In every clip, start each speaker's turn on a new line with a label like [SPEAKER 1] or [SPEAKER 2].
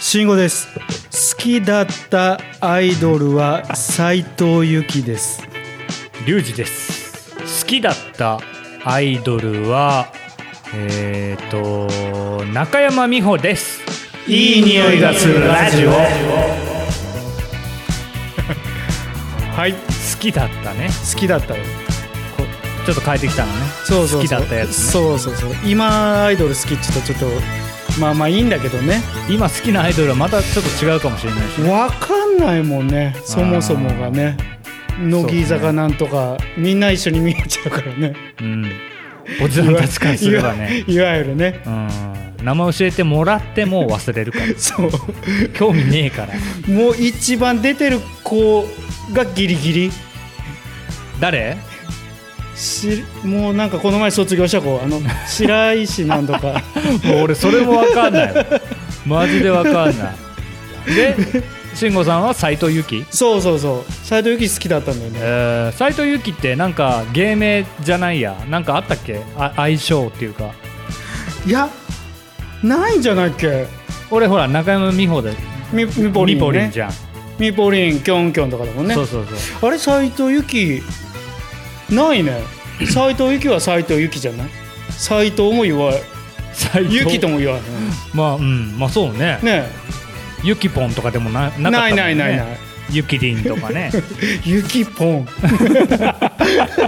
[SPEAKER 1] 慎吾です好きだったアイドルは斉藤由貴です
[SPEAKER 2] リュウジです好きだったアイドルはえっ、と中山美穂です
[SPEAKER 1] いい匂いがするラジオ
[SPEAKER 2] はい好きだったね
[SPEAKER 1] 好きだったよ
[SPEAKER 2] こちょっと変えてきたのね
[SPEAKER 1] そうそうそう
[SPEAKER 2] 好きだったやつ、ね、
[SPEAKER 1] そうそうそう今アイドル好きっつうとちょっとまあまあいいんだけどね
[SPEAKER 2] 今好きなアイドルはまたちょっと違うかもしれないし
[SPEAKER 1] わかんないもんねそもそもがね乃木坂なんとか、みんな一緒に見えちゃうからね
[SPEAKER 2] うんおじさんたちからすればね
[SPEAKER 1] いわいわゆるね
[SPEAKER 2] うん名前教えてもらっても忘れるから
[SPEAKER 1] そう
[SPEAKER 2] 興味ねえから
[SPEAKER 1] もう一番出てる子がギリギリ
[SPEAKER 2] 誰
[SPEAKER 1] しもうなんかこの前卒業した子 あの白石なんとか
[SPEAKER 2] もう俺それも分かんないわマジで分かんないで慎吾さんは斎藤由貴
[SPEAKER 1] そうそうそう斎藤由貴好きだったんだよね
[SPEAKER 2] えー、斎藤由貴ってなんか芸名じゃないやなんかあったっけあ相性っていうか
[SPEAKER 1] いやないんじゃないっけ
[SPEAKER 2] 俺ほら中山美穂で
[SPEAKER 1] ミミポリン、ね、
[SPEAKER 2] ミポリンじゃん、
[SPEAKER 1] ミポリンキョンキョンとかだもんね
[SPEAKER 2] そうそうそう
[SPEAKER 1] あれ斎藤由貴ないね斎藤由貴は斎藤由貴じゃない斎藤も言 わない
[SPEAKER 2] 斎
[SPEAKER 1] 由貴とも言わない、
[SPEAKER 2] まあうんまあそうね
[SPEAKER 1] ね
[SPEAKER 2] ゆきぽんとかでもななかったもん、ね、
[SPEAKER 1] ないないない ない
[SPEAKER 2] ゆきりんとかね
[SPEAKER 1] ゆきぽん も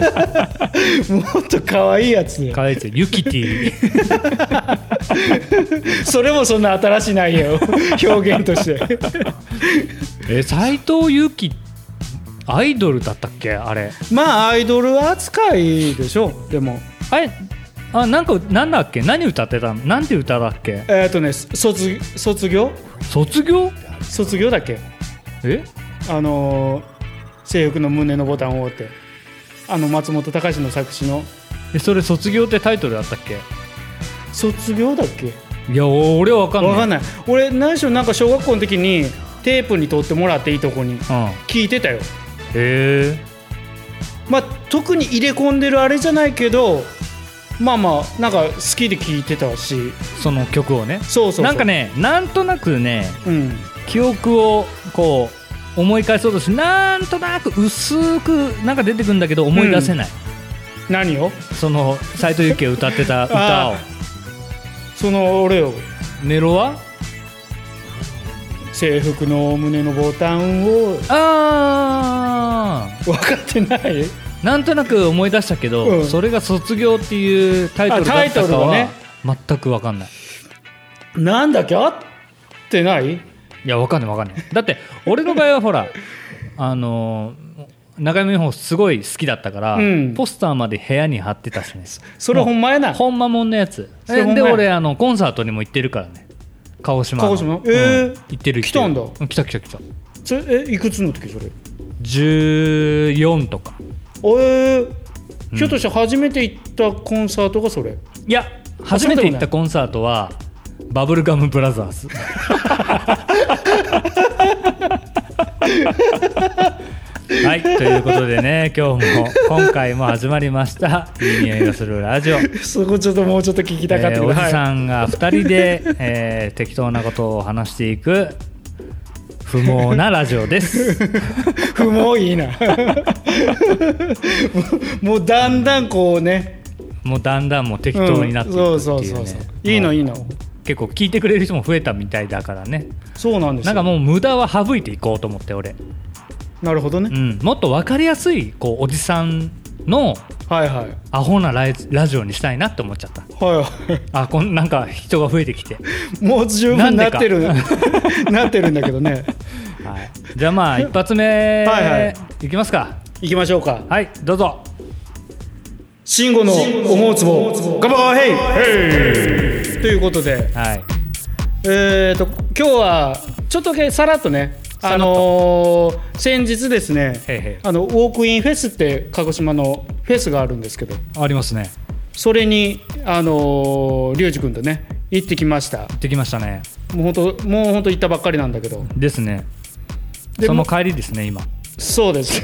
[SPEAKER 1] っと可愛いやつ
[SPEAKER 2] かわいいですよゆきティ
[SPEAKER 1] それもそんな新しい内 容表現として
[SPEAKER 2] え斎藤由貴アイドルだったっけあれ
[SPEAKER 1] まあアイドル扱いでしょでも
[SPEAKER 2] あれあなんかなんだっけ何歌ってたのなんて歌だっけ
[SPEAKER 1] えっ、とね卒卒業
[SPEAKER 2] 卒業
[SPEAKER 1] 卒業だっけ
[SPEAKER 2] え
[SPEAKER 1] あのー制服の胸のボタンを」ってあの松本隆の作詞の
[SPEAKER 2] えそれ卒業ってタイトルだったっけ
[SPEAKER 1] 卒業だっけ
[SPEAKER 2] いやお俺は分かんない
[SPEAKER 1] わかんない俺何しろなんか小学校の時にテープに取ってもらっていいとこに
[SPEAKER 2] うん、へ
[SPEAKER 1] 聞いてたよ
[SPEAKER 2] え
[SPEAKER 1] まあ特に入れ込んでるあれじゃないけどまあまあなんか好きで聞いてたし
[SPEAKER 2] その曲をね
[SPEAKER 1] そうそうそう
[SPEAKER 2] なんかねなんとなくね
[SPEAKER 1] うん
[SPEAKER 2] 記憶をこう思い返そうとしてなんとなく薄くなんか出てくるんだけど思い出せない、
[SPEAKER 1] 何を
[SPEAKER 2] その斎藤由貴が歌ってた歌を
[SPEAKER 1] あその俺を
[SPEAKER 2] メロは
[SPEAKER 1] 制服の胸のボタンを
[SPEAKER 2] あー
[SPEAKER 1] 分かってない
[SPEAKER 2] なんとなく思い出したけど、
[SPEAKER 1] うん
[SPEAKER 2] それが「卒業」っていうタイトル
[SPEAKER 1] あ
[SPEAKER 2] だ
[SPEAKER 1] タ
[SPEAKER 2] っ
[SPEAKER 1] イト
[SPEAKER 2] た
[SPEAKER 1] ル
[SPEAKER 2] か
[SPEAKER 1] を
[SPEAKER 2] は、
[SPEAKER 1] ね
[SPEAKER 2] 全く分かんない
[SPEAKER 1] なんだっけ合ってない
[SPEAKER 2] いや分かんない分かんないだって俺の場合は ほらあのー中山美穂すごい好きだったから、
[SPEAKER 1] うん
[SPEAKER 2] ポスターまで部屋に貼ってたしね
[SPEAKER 1] それほんまやな
[SPEAKER 2] ほんまもんのやつ
[SPEAKER 1] それほんま
[SPEAKER 2] で
[SPEAKER 1] や
[SPEAKER 2] 俺あのコンサートにも行ってるからね鹿児島の
[SPEAKER 1] 鹿児島
[SPEAKER 2] うん
[SPEAKER 1] えー
[SPEAKER 2] 行ってる行ってる
[SPEAKER 1] 来たんだ
[SPEAKER 2] う来た来た来た
[SPEAKER 1] それえいくつの時それ
[SPEAKER 2] 14とか
[SPEAKER 1] えーひょっとして初めて行ったコンサートがそれ、
[SPEAKER 2] いや初めて行ったコンサートはバブルガムブラザー ズはいということでね今日も今回も始まりました「いい匂いがするラジオ」
[SPEAKER 1] そこちょっともうちょっと聞きたかった
[SPEAKER 2] え
[SPEAKER 1] け
[SPEAKER 2] ー
[SPEAKER 1] ど、
[SPEAKER 2] おじ
[SPEAKER 1] はい
[SPEAKER 2] さんが2人で、えー適当なことを話していく不毛なラジオ です。
[SPEAKER 1] 不毛いいなもうもうだんだんこうね
[SPEAKER 2] もうだんだんもう適当になっていく
[SPEAKER 1] うん
[SPEAKER 2] っ
[SPEAKER 1] そう
[SPEAKER 2] てい
[SPEAKER 1] そううそう
[SPEAKER 2] ね
[SPEAKER 1] そういいのいいの
[SPEAKER 2] 結構聞いてくれる人も増えたみたいだからね
[SPEAKER 1] そうなんです
[SPEAKER 2] な
[SPEAKER 1] よ
[SPEAKER 2] んかもう無駄は省いていこうと思って俺、
[SPEAKER 1] なるほどね、
[SPEAKER 2] うん、もっと分かりやすいこうおじさんの
[SPEAKER 1] はいはい
[SPEAKER 2] アホなライラジオにしたいなって思っちゃった
[SPEAKER 1] はいは
[SPEAKER 2] あこんなんか人が増えてきて、
[SPEAKER 1] いもう十分なってる なってるんだけどね
[SPEAKER 2] はい、じゃ あまあ一発目
[SPEAKER 1] はいはい
[SPEAKER 2] いきますか
[SPEAKER 1] 行きましょうか
[SPEAKER 2] はいどうぞ
[SPEAKER 1] 慎吾の思うつぼガバーヘイヘイということで
[SPEAKER 2] はい
[SPEAKER 1] えー、と今日はちょっとだけさらっとね、
[SPEAKER 2] さら
[SPEAKER 1] あ
[SPEAKER 2] っと
[SPEAKER 1] のー先日ですね
[SPEAKER 2] へいへい
[SPEAKER 1] あのウォークインフェスって鹿児島のフェスがあるんですけど
[SPEAKER 2] ありますね
[SPEAKER 1] それに、あのー、リュウジ君とね行ってきました
[SPEAKER 2] できましたね
[SPEAKER 1] もう本当もう本当行ったばっかりなんだけど
[SPEAKER 2] ですね
[SPEAKER 1] で
[SPEAKER 2] その帰りですね今
[SPEAKER 1] そうです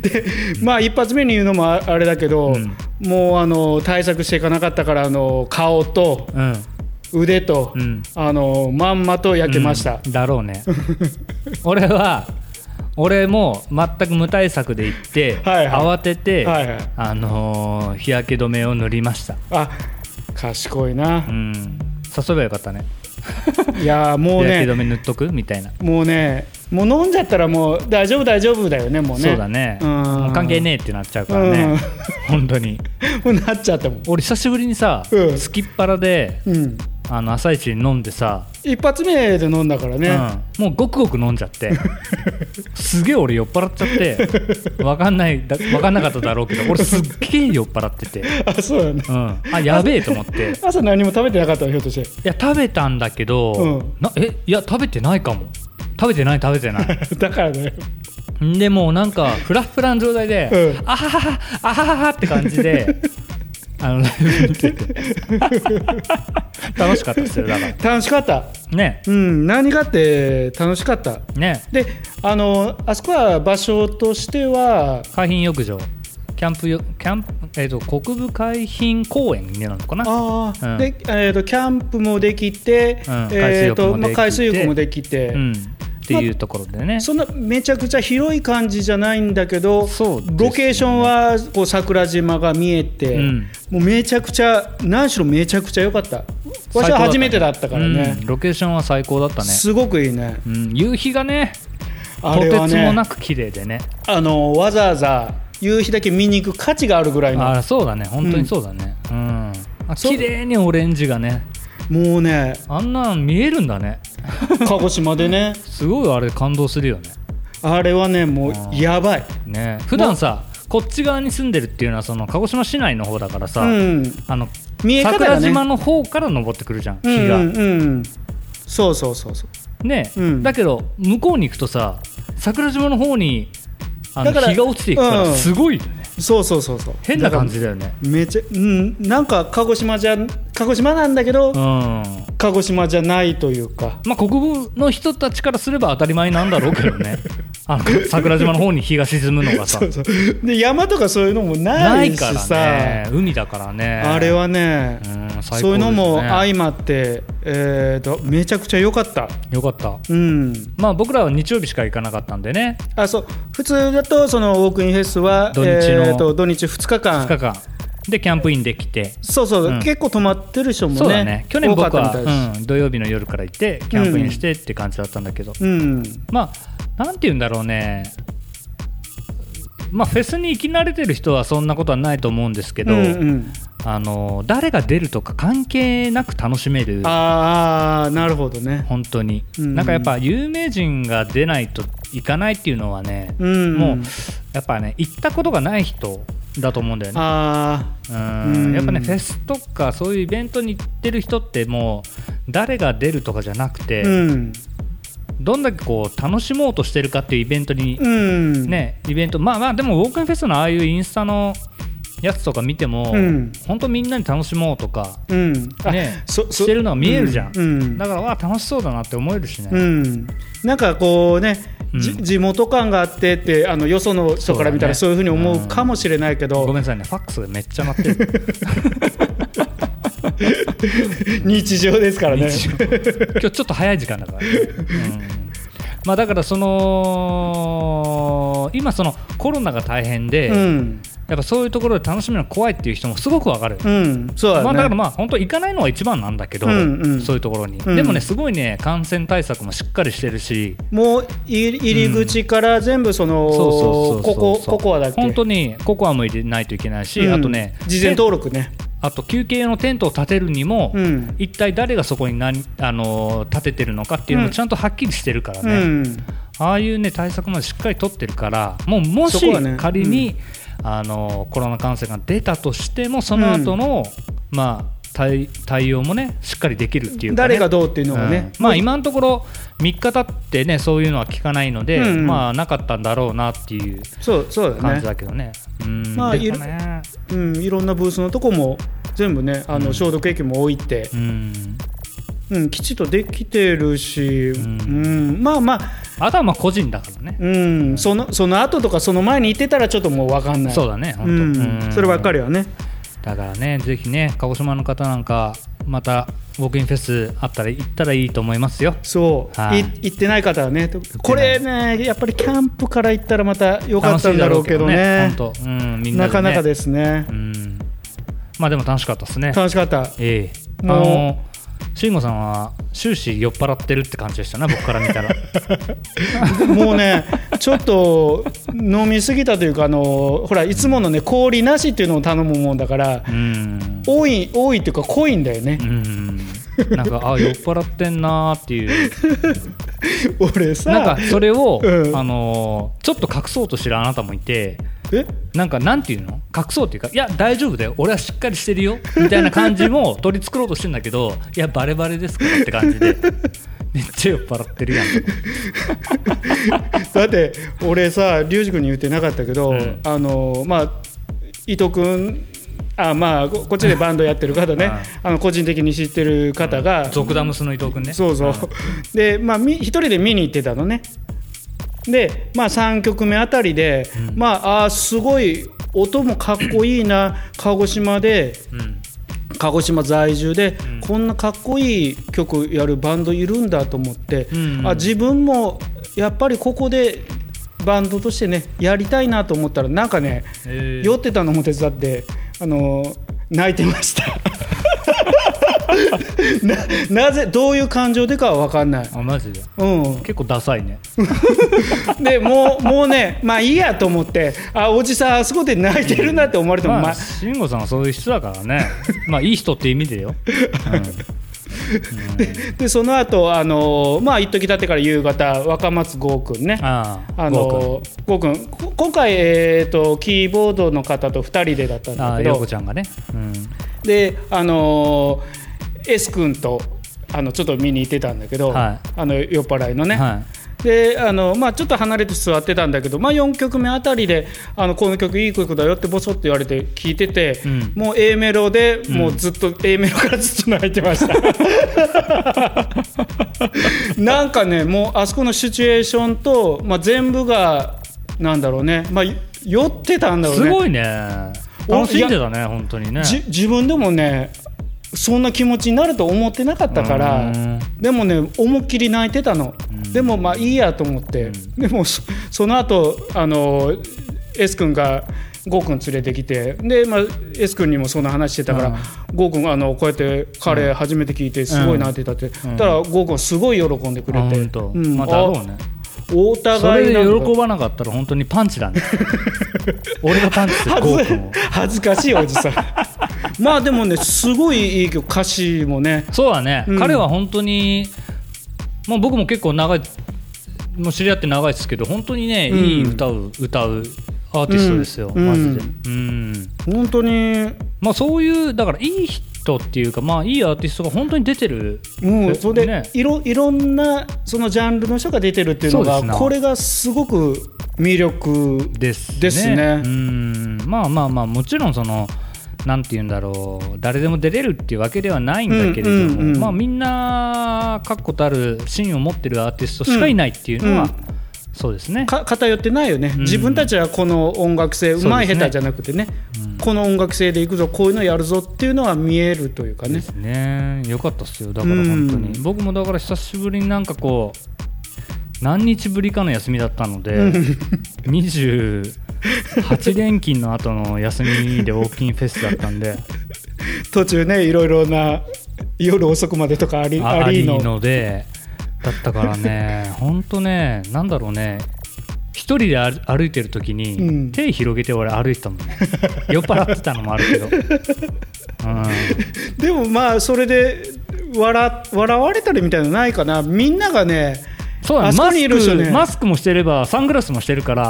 [SPEAKER 1] でまあ一発目に言うのもああれだけど、
[SPEAKER 2] うん
[SPEAKER 1] もうあのー対策していかなかったからあのー顔と
[SPEAKER 2] うん
[SPEAKER 1] 腕と、
[SPEAKER 2] うん
[SPEAKER 1] あのまんまと焼けました、
[SPEAKER 2] うんだろ うね俺は俺も全く無対策で行って
[SPEAKER 1] はいはい
[SPEAKER 2] 慌てて、
[SPEAKER 1] はいはい
[SPEAKER 2] あのー日焼け止めを塗りました
[SPEAKER 1] あ賢いな
[SPEAKER 2] う、ん誘えばよかったね
[SPEAKER 1] いやーもう
[SPEAKER 2] 日焼け止
[SPEAKER 1] ね
[SPEAKER 2] め塗っとくみたいな、
[SPEAKER 1] もうねもう飲んじゃったらもう大丈夫大丈夫だよねもうね
[SPEAKER 2] そうだね
[SPEAKER 1] うん
[SPEAKER 2] もう関係ねえってなっちゃうから
[SPEAKER 1] うん
[SPEAKER 2] ね本当に
[SPEAKER 1] もうなっちゃったもん
[SPEAKER 2] 俺久しぶりにさ、
[SPEAKER 1] うん
[SPEAKER 2] すきっ腹で
[SPEAKER 1] うん
[SPEAKER 2] あの朝一に飲んでさ、
[SPEAKER 1] 一発目で飲んだからね、
[SPEAKER 2] うん、もうごくごく飲んじゃって すげえ俺酔っ払っちゃって分かんないだわかんなかっただろうけど俺すっげえ酔っ払ってて、
[SPEAKER 1] あそうだね
[SPEAKER 2] うん、あやべえと思ってい
[SPEAKER 1] 朝何も食べてなかったのひょっとして
[SPEAKER 2] や食べたんだけど、
[SPEAKER 1] うん
[SPEAKER 2] なえいや食べてないかも食べてない食べてない
[SPEAKER 1] だからね
[SPEAKER 2] んでもうなんかフラフラの状態で、
[SPEAKER 1] うん
[SPEAKER 2] あはははあはははって感じ であのライブ見てて楽しかったですよだか
[SPEAKER 1] 楽しかった
[SPEAKER 2] らね
[SPEAKER 1] うん何があって楽しかった
[SPEAKER 2] ね
[SPEAKER 1] であのあそこは場所としては
[SPEAKER 2] 海浜浴場キャンプよキャンプ、えー、と国分海浜公園になるのかな
[SPEAKER 1] あー、
[SPEAKER 2] うん
[SPEAKER 1] でえー、とキャンプもできて、
[SPEAKER 2] うん
[SPEAKER 1] えーとまあ海
[SPEAKER 2] 海
[SPEAKER 1] 水
[SPEAKER 2] 水
[SPEAKER 1] 浴
[SPEAKER 2] 浴
[SPEAKER 1] も
[SPEAKER 2] も
[SPEAKER 1] で
[SPEAKER 2] で
[SPEAKER 1] きて、
[SPEAKER 2] うん、っていうところでね、
[SPEAKER 1] そんなめちゃくちゃ広い感じじゃないんだけど、
[SPEAKER 2] そうですね
[SPEAKER 1] ロケーションはこう桜島が見えて、
[SPEAKER 2] うん
[SPEAKER 1] もうめちゃくちゃ何しろめちゃくちゃ良かったわしは初めてだったからね
[SPEAKER 2] うんロケーションは最高だったね、
[SPEAKER 1] すごくいいね
[SPEAKER 2] うん、夕日がね
[SPEAKER 1] あれ
[SPEAKER 2] と
[SPEAKER 1] は
[SPEAKER 2] てつも
[SPEAKER 1] ね
[SPEAKER 2] なく綺麗でね
[SPEAKER 1] あのわざわざ夕日だけ見に行く価値があるぐらいの
[SPEAKER 2] あそうだね本当にそうだねうん、あ綺麗にオレンジがね
[SPEAKER 1] もう ね
[SPEAKER 2] あんなん見えるんだね
[SPEAKER 1] 鹿児島でね
[SPEAKER 2] すごいあれ感動するよね
[SPEAKER 1] あれはねもうやばい、
[SPEAKER 2] ね普段さこっち側に住んでるっていうのはその鹿児島市内の方だからさ、
[SPEAKER 1] うん、
[SPEAKER 2] あの
[SPEAKER 1] 見え方がね
[SPEAKER 2] 桜島の方から登ってくるじゃん
[SPEAKER 1] うん
[SPEAKER 2] 日が、
[SPEAKER 1] うんうんそうそうそうそう
[SPEAKER 2] ね、
[SPEAKER 1] うん
[SPEAKER 2] だけど向こうに行くとさ桜島の方にあの
[SPEAKER 1] だから
[SPEAKER 2] 日が落ちていくか
[SPEAKER 1] う
[SPEAKER 2] ら
[SPEAKER 1] ん
[SPEAKER 2] すごいよね、
[SPEAKER 1] そうそうそうそう
[SPEAKER 2] 変な感じ
[SPEAKER 1] だ
[SPEAKER 2] だよね
[SPEAKER 1] からめちゃうんなんか鹿児島じゃ鹿児島なんだけど、
[SPEAKER 2] うん
[SPEAKER 1] 鹿児島じゃないというか
[SPEAKER 2] まあ国分の人たちからすれば当たり前なんだろうけ どねあの桜島の方に日が沈むのがさ
[SPEAKER 1] そうそうで山とかそういうのもな
[SPEAKER 2] ないい
[SPEAKER 1] し
[SPEAKER 2] か
[SPEAKER 1] さ
[SPEAKER 2] らね海だからね
[SPEAKER 1] あれはね、
[SPEAKER 2] うん最高ですね
[SPEAKER 1] そういうのも相まって、えー、とめちゃくちゃ良かった
[SPEAKER 2] よかった
[SPEAKER 1] うん
[SPEAKER 2] まあ僕らは日曜日しか行かなかったんでね
[SPEAKER 1] あそう普通だとそのウォークインフェスは
[SPEAKER 2] 土日の
[SPEAKER 1] えー、と土日2日間
[SPEAKER 2] 2日間でキャンプインできて
[SPEAKER 1] そうそう、
[SPEAKER 2] うん
[SPEAKER 1] 結構泊まってる人もね
[SPEAKER 2] そうだね去年僕
[SPEAKER 1] 多かっ
[SPEAKER 2] は、
[SPEAKER 1] たみたいだし
[SPEAKER 2] うん土曜日の夜から行ってキャンプインしてって感じだったんだけど、
[SPEAKER 1] うん、
[SPEAKER 2] まあなんて言うんだろうねまあフェスに行き慣れてる人はそんなことはないと思うんですけど、
[SPEAKER 1] うんうん
[SPEAKER 2] あの誰が出るとか関係なく楽しめる
[SPEAKER 1] ああなるほどね
[SPEAKER 2] 本当に、
[SPEAKER 1] うん
[SPEAKER 2] なんかやっぱ有名人が出ないと行かないっていうのはね、
[SPEAKER 1] うん
[SPEAKER 2] もうやっぱね行ったことがない人だと思うんだよね
[SPEAKER 1] あ
[SPEAKER 2] う
[SPEAKER 1] うん
[SPEAKER 2] んやっぱねフェスとかそういうイベントに行ってる人ってもう誰が出るとかじゃなくて、
[SPEAKER 1] あうん
[SPEAKER 2] どんだけこう楽しもうとしてるかっていうイベントに
[SPEAKER 1] うん
[SPEAKER 2] ね、イベント、まあまあ、でも、ウォークインフェスのああいうインスタのやつとか見ても、
[SPEAKER 1] うん
[SPEAKER 2] 本当、みんなに楽しもうとか、
[SPEAKER 1] うんあ
[SPEAKER 2] ね、
[SPEAKER 1] そそ
[SPEAKER 2] してるのは見えるじゃん。
[SPEAKER 1] うんうん
[SPEAKER 2] だから、わあ、楽しそうだなって思えるしね。
[SPEAKER 1] うん、なんかこうね、じ
[SPEAKER 2] うん
[SPEAKER 1] 地元感があってってあのよその人から見たらそ
[SPEAKER 2] そうう
[SPEAKER 1] いう
[SPEAKER 2] だ
[SPEAKER 1] ふう
[SPEAKER 2] ね
[SPEAKER 1] に思うかもしれないけど、
[SPEAKER 2] ごめんなさいね、ファックスがめっちゃ鳴ってる。
[SPEAKER 1] 日常ですからね。
[SPEAKER 2] 日常今日ちょっと早い時間だから、ねうんまあ、だから、その、今、そのコロナが大変で、
[SPEAKER 1] うん、
[SPEAKER 2] やっぱそういうところで楽しむの怖いっていう人もすごくわかる。
[SPEAKER 1] うん、そうだね。
[SPEAKER 2] まあ、だからまあ本当行かないのが一番なんだけど、
[SPEAKER 1] うんうん
[SPEAKER 2] そういうところに、
[SPEAKER 1] うん
[SPEAKER 2] でもねすごいね感染対策もしっかりしてるし、
[SPEAKER 1] もう入り入り口から全部その、
[SPEAKER 2] そうそうそう
[SPEAKER 1] こ
[SPEAKER 2] そ
[SPEAKER 1] こ
[SPEAKER 2] う
[SPEAKER 1] ここはだっけ
[SPEAKER 2] 本当にココアも入れないといけないし、
[SPEAKER 1] うん
[SPEAKER 2] あとね
[SPEAKER 1] 事前登録ね。
[SPEAKER 2] あと休憩用のテントを建てるにも、
[SPEAKER 1] うん
[SPEAKER 2] 一体誰がそこに何あのー建ててるのかっていうの
[SPEAKER 1] う
[SPEAKER 2] も
[SPEAKER 1] ん
[SPEAKER 2] ちゃんとはっきりしてるから
[SPEAKER 1] う
[SPEAKER 2] ね、
[SPEAKER 1] ん、
[SPEAKER 2] ああいうね対策までしっかり取ってるからもうも
[SPEAKER 1] そこは
[SPEAKER 2] し
[SPEAKER 1] ね
[SPEAKER 2] 仮に、あのーコロナ感染が出たとしてもその後の、まあ対対応もねしっかりできるっていうか、ね、
[SPEAKER 1] 誰がどうっていうのが
[SPEAKER 2] うん
[SPEAKER 1] ね。
[SPEAKER 2] まあ今のところ3日経ってねそういうのは聞かないので、
[SPEAKER 1] うん
[SPEAKER 2] まあなかったんだろうなっていう
[SPEAKER 1] そうそうだ
[SPEAKER 2] 感
[SPEAKER 1] ね
[SPEAKER 2] じ。だけどね。うん
[SPEAKER 1] まあ
[SPEAKER 2] でもね
[SPEAKER 1] うん、いろんなブースのとこも全部ねあの消毒液も置いて、
[SPEAKER 2] うん
[SPEAKER 1] うんきちっとできてるし、うんんまあまあ、
[SPEAKER 2] あとはまあ個人だからね。
[SPEAKER 1] うん、そのその後とかその前に行ってたらちょっともう分かんない。
[SPEAKER 2] そうだね、本
[SPEAKER 1] う
[SPEAKER 2] 当、
[SPEAKER 1] ん、そればっかりはね。
[SPEAKER 2] だからね、ぜひね、鹿児島の方なんか、またウォークインフェスあったら行ったらいいと思いますよ
[SPEAKER 1] そう、
[SPEAKER 2] はい
[SPEAKER 1] い行ってない方はねこれねやっぱりキャンプから行ったらまた良かったんだろうけどね
[SPEAKER 2] 楽しいだろうけどね本当うんみんな、
[SPEAKER 1] なかなかですすね
[SPEAKER 2] うん、まあでも楽しかったですね
[SPEAKER 1] 楽しかった
[SPEAKER 2] ええ
[SPEAKER 1] もう
[SPEAKER 2] あの慎吾さんは終始酔っ払ってるって感じでしたね僕から見 たら
[SPEAKER 1] もうね、ちょっと飲みすぎたというか、あのほら、いつものね、氷なしっていうのを頼むもんだから
[SPEAKER 2] う、ん
[SPEAKER 1] 多い、多いっていうか、濃いんだよね
[SPEAKER 2] う。んなんかあ酔っ払ってんなーっていう
[SPEAKER 1] 俺さ、
[SPEAKER 2] なんかそれを、
[SPEAKER 1] うん
[SPEAKER 2] あのーちょっと隠そうとしてるあなたもいて
[SPEAKER 1] え
[SPEAKER 2] なんかなんていうの隠そうっていうかいや大丈夫だよ俺はしっかりしてるよみたいな感じも取り繕ろうとしてんだけどいやバレバレですからって感 じでめっちゃ酔っ払ってるやん
[SPEAKER 1] だって、俺さ、龍二君に言ってなかったけど、
[SPEAKER 2] うん
[SPEAKER 1] あのまあ、伊藤君、あまあ、ここっちでバンドやってる方 ね、あの個人的に知ってる方が、
[SPEAKER 2] ゾクダムスの伊藤君ね
[SPEAKER 1] そうそう、 で、まあ、み一人で見に行ってたのねで、まあ、3曲目あたりで、
[SPEAKER 2] うん
[SPEAKER 1] まああーすごい音もかっこいいな鹿児島で
[SPEAKER 2] うん
[SPEAKER 1] 鹿児島在住で、
[SPEAKER 2] うん
[SPEAKER 1] こんなかっこいい曲やるバンドいるんだと思って、
[SPEAKER 2] うん
[SPEAKER 1] あ自分もやっぱりここでバンドとしてねやりたいなと思ったらなんかね、
[SPEAKER 2] えー
[SPEAKER 1] 酔ってたのも手伝って、あのー泣いてました ななぜどういう感情でかは分かんない、
[SPEAKER 2] あマジで
[SPEAKER 1] う
[SPEAKER 2] 結構ダサいね
[SPEAKER 1] ん、でもうもうねまあいいやと思ってあおじさんあそこで泣いてるなって思われても、
[SPEAKER 2] ま
[SPEAKER 1] ま
[SPEAKER 2] あ
[SPEAKER 1] あ、
[SPEAKER 2] 慎吾さんはそういう人だからねまあいい人って意味でよ、
[SPEAKER 1] でその後あのーまあ一時経ってから夕方若松剛君ね
[SPEAKER 2] うん、ああ
[SPEAKER 1] あ
[SPEAKER 2] ゴ
[SPEAKER 1] のー剛君こ今回、えー、とキーボードの方と2人でだったん
[SPEAKER 2] ー君あ
[SPEAKER 1] だ
[SPEAKER 2] あ
[SPEAKER 1] け
[SPEAKER 2] 陽
[SPEAKER 1] ど
[SPEAKER 2] 子ちゃんがね、うん
[SPEAKER 1] であのー S 君とあのちょっと見に行ってたんだけど、
[SPEAKER 2] は
[SPEAKER 1] あの酔っ払いのね、
[SPEAKER 2] は
[SPEAKER 1] であの、まあ、ちょっと離れて座ってたんだけど、まあ、4曲目あたりであのこの曲いい曲だよってボソッと言われて聞いてて、
[SPEAKER 2] うん
[SPEAKER 1] もう A メロでもうずっと、A メロからずっと泣いてま したなんかねもうあそこのシチュエーションと、まあ、全部がなんだろうね、まあ、酔ってたんだ
[SPEAKER 2] い、
[SPEAKER 1] ろうね
[SPEAKER 2] すごいね
[SPEAKER 1] お
[SPEAKER 2] 楽しんでたね本当にね
[SPEAKER 1] じ自分でもねそんな気持ちになると思ってなかったから
[SPEAKER 2] うん
[SPEAKER 1] でもね思いっきり泣いてたの
[SPEAKER 2] ん
[SPEAKER 1] でもまあいいやと思って
[SPEAKER 2] うん
[SPEAKER 1] でもそ その後あの S 君がゴー君連れてきてで、まあ、S 君にもそんな話してたから、
[SPEAKER 2] うん
[SPEAKER 1] ゴー君あのこうやって彼初めて聞いてすごい泣いてたって、
[SPEAKER 2] うん
[SPEAKER 1] たらゴー君すごい喜んでくれ
[SPEAKER 2] あ
[SPEAKER 1] て、
[SPEAKER 2] 本当、
[SPEAKER 1] うん
[SPEAKER 2] まあだろうね
[SPEAKER 1] あお
[SPEAKER 2] そ
[SPEAKER 1] 互
[SPEAKER 2] れ
[SPEAKER 1] い
[SPEAKER 2] で
[SPEAKER 1] なんか
[SPEAKER 2] 喜ばなかったら本当にパンチだ ね俺がパンチする
[SPEAKER 1] 恥
[SPEAKER 2] ゴー
[SPEAKER 1] ず
[SPEAKER 2] 君を
[SPEAKER 1] 恥ずかしいおじさん まあでもねすごいいい曲歌詞もね
[SPEAKER 2] そうだね、
[SPEAKER 1] うん
[SPEAKER 2] 彼は本当にもう僕も結構長いもう知り合って長いですけど本当にね、
[SPEAKER 1] うん
[SPEAKER 2] いい歌を歌うアーティストですよ、
[SPEAKER 1] うん
[SPEAKER 2] マジで、うん
[SPEAKER 1] 本当に
[SPEAKER 2] まあ、そういうだからいい人っていうか、まあ、いいアーティストが本当に出てる
[SPEAKER 1] もう
[SPEAKER 2] え
[SPEAKER 1] それで、
[SPEAKER 2] ね
[SPEAKER 1] いろいろんなそのジャンルの人が出てるっていうの
[SPEAKER 2] そう
[SPEAKER 1] が
[SPEAKER 2] ですな
[SPEAKER 1] これがすごく魅力
[SPEAKER 2] ですね
[SPEAKER 1] ですね
[SPEAKER 2] うんまあまあまあもちろんそのなんて言うんだろう誰でも出れるっていうわけではないんだけれども、
[SPEAKER 1] うんうんうん
[SPEAKER 2] まあ、みんな確固たる芯を持ってるアーティストしかいないっていうのは、
[SPEAKER 1] うん
[SPEAKER 2] そうですね。
[SPEAKER 1] か偏ってないよね、
[SPEAKER 2] ん
[SPEAKER 1] 自分たちはこの音楽性うまい
[SPEAKER 2] そうですね
[SPEAKER 1] 下手じゃなくてねこの音楽性でいくぞこういうのやるぞっていうのは見えるというか
[SPEAKER 2] で
[SPEAKER 1] ね
[SPEAKER 2] すねよかったっすよだから本当に、
[SPEAKER 1] うん
[SPEAKER 2] 僕もだから久しぶりになんかこう何日ぶりかの休みだったので、28連勤の後の休みでウォーキンフェスだったんで
[SPEAKER 1] 途中ねいろいろな夜遅くまでとかあり
[SPEAKER 2] あ
[SPEAKER 1] あ
[SPEAKER 2] あ
[SPEAKER 1] り
[SPEAKER 2] り
[SPEAKER 1] の
[SPEAKER 2] のでだったか らね本当ねなんだろうね一人で歩歩いてる時に、
[SPEAKER 1] うん
[SPEAKER 2] 手広げて俺歩いてたもん ね酔っ払ってたのもあるけど、う
[SPEAKER 1] でもまあそれで笑笑われたりみたいなのないかなみんながね
[SPEAKER 2] ん、そうだ
[SPEAKER 1] あ
[SPEAKER 2] ね
[SPEAKER 1] そこ
[SPEAKER 2] マ
[SPEAKER 1] に
[SPEAKER 2] ス
[SPEAKER 1] いる人
[SPEAKER 2] ク
[SPEAKER 1] ね
[SPEAKER 2] マスクもしてればサングラスもして るから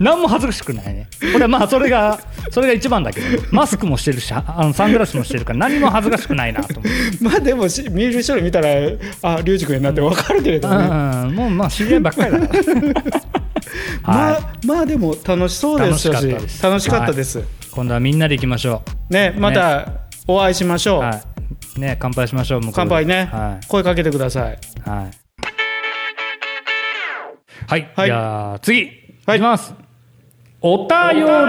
[SPEAKER 2] 何も恥ずかしくないね俺はまあそれがそれが一番だけどマスクもしてるしああのサングラスもしてるから何も恥ずかしくないなと思って。
[SPEAKER 1] まあでもし見る人に見たらあ龍二君になって分かるけれどね、
[SPEAKER 2] うん、もうまあ知り合いばっかり だから
[SPEAKER 1] ま
[SPEAKER 2] は
[SPEAKER 1] あ、まあでも楽しそうでしたし
[SPEAKER 2] 楽しかったです
[SPEAKER 1] 楽しかったです、
[SPEAKER 2] い、今度はみんなで行きましょ
[SPEAKER 1] ねまたお会いしましょ
[SPEAKER 2] う、
[SPEAKER 1] う、
[SPEAKER 2] はいね、乾杯しましょう向こうで
[SPEAKER 1] 乾杯ね、
[SPEAKER 2] は
[SPEAKER 1] 声かけてください
[SPEAKER 2] い、はいはい
[SPEAKER 1] はい
[SPEAKER 2] じゃあ次、
[SPEAKER 1] はい
[SPEAKER 2] い、きますお便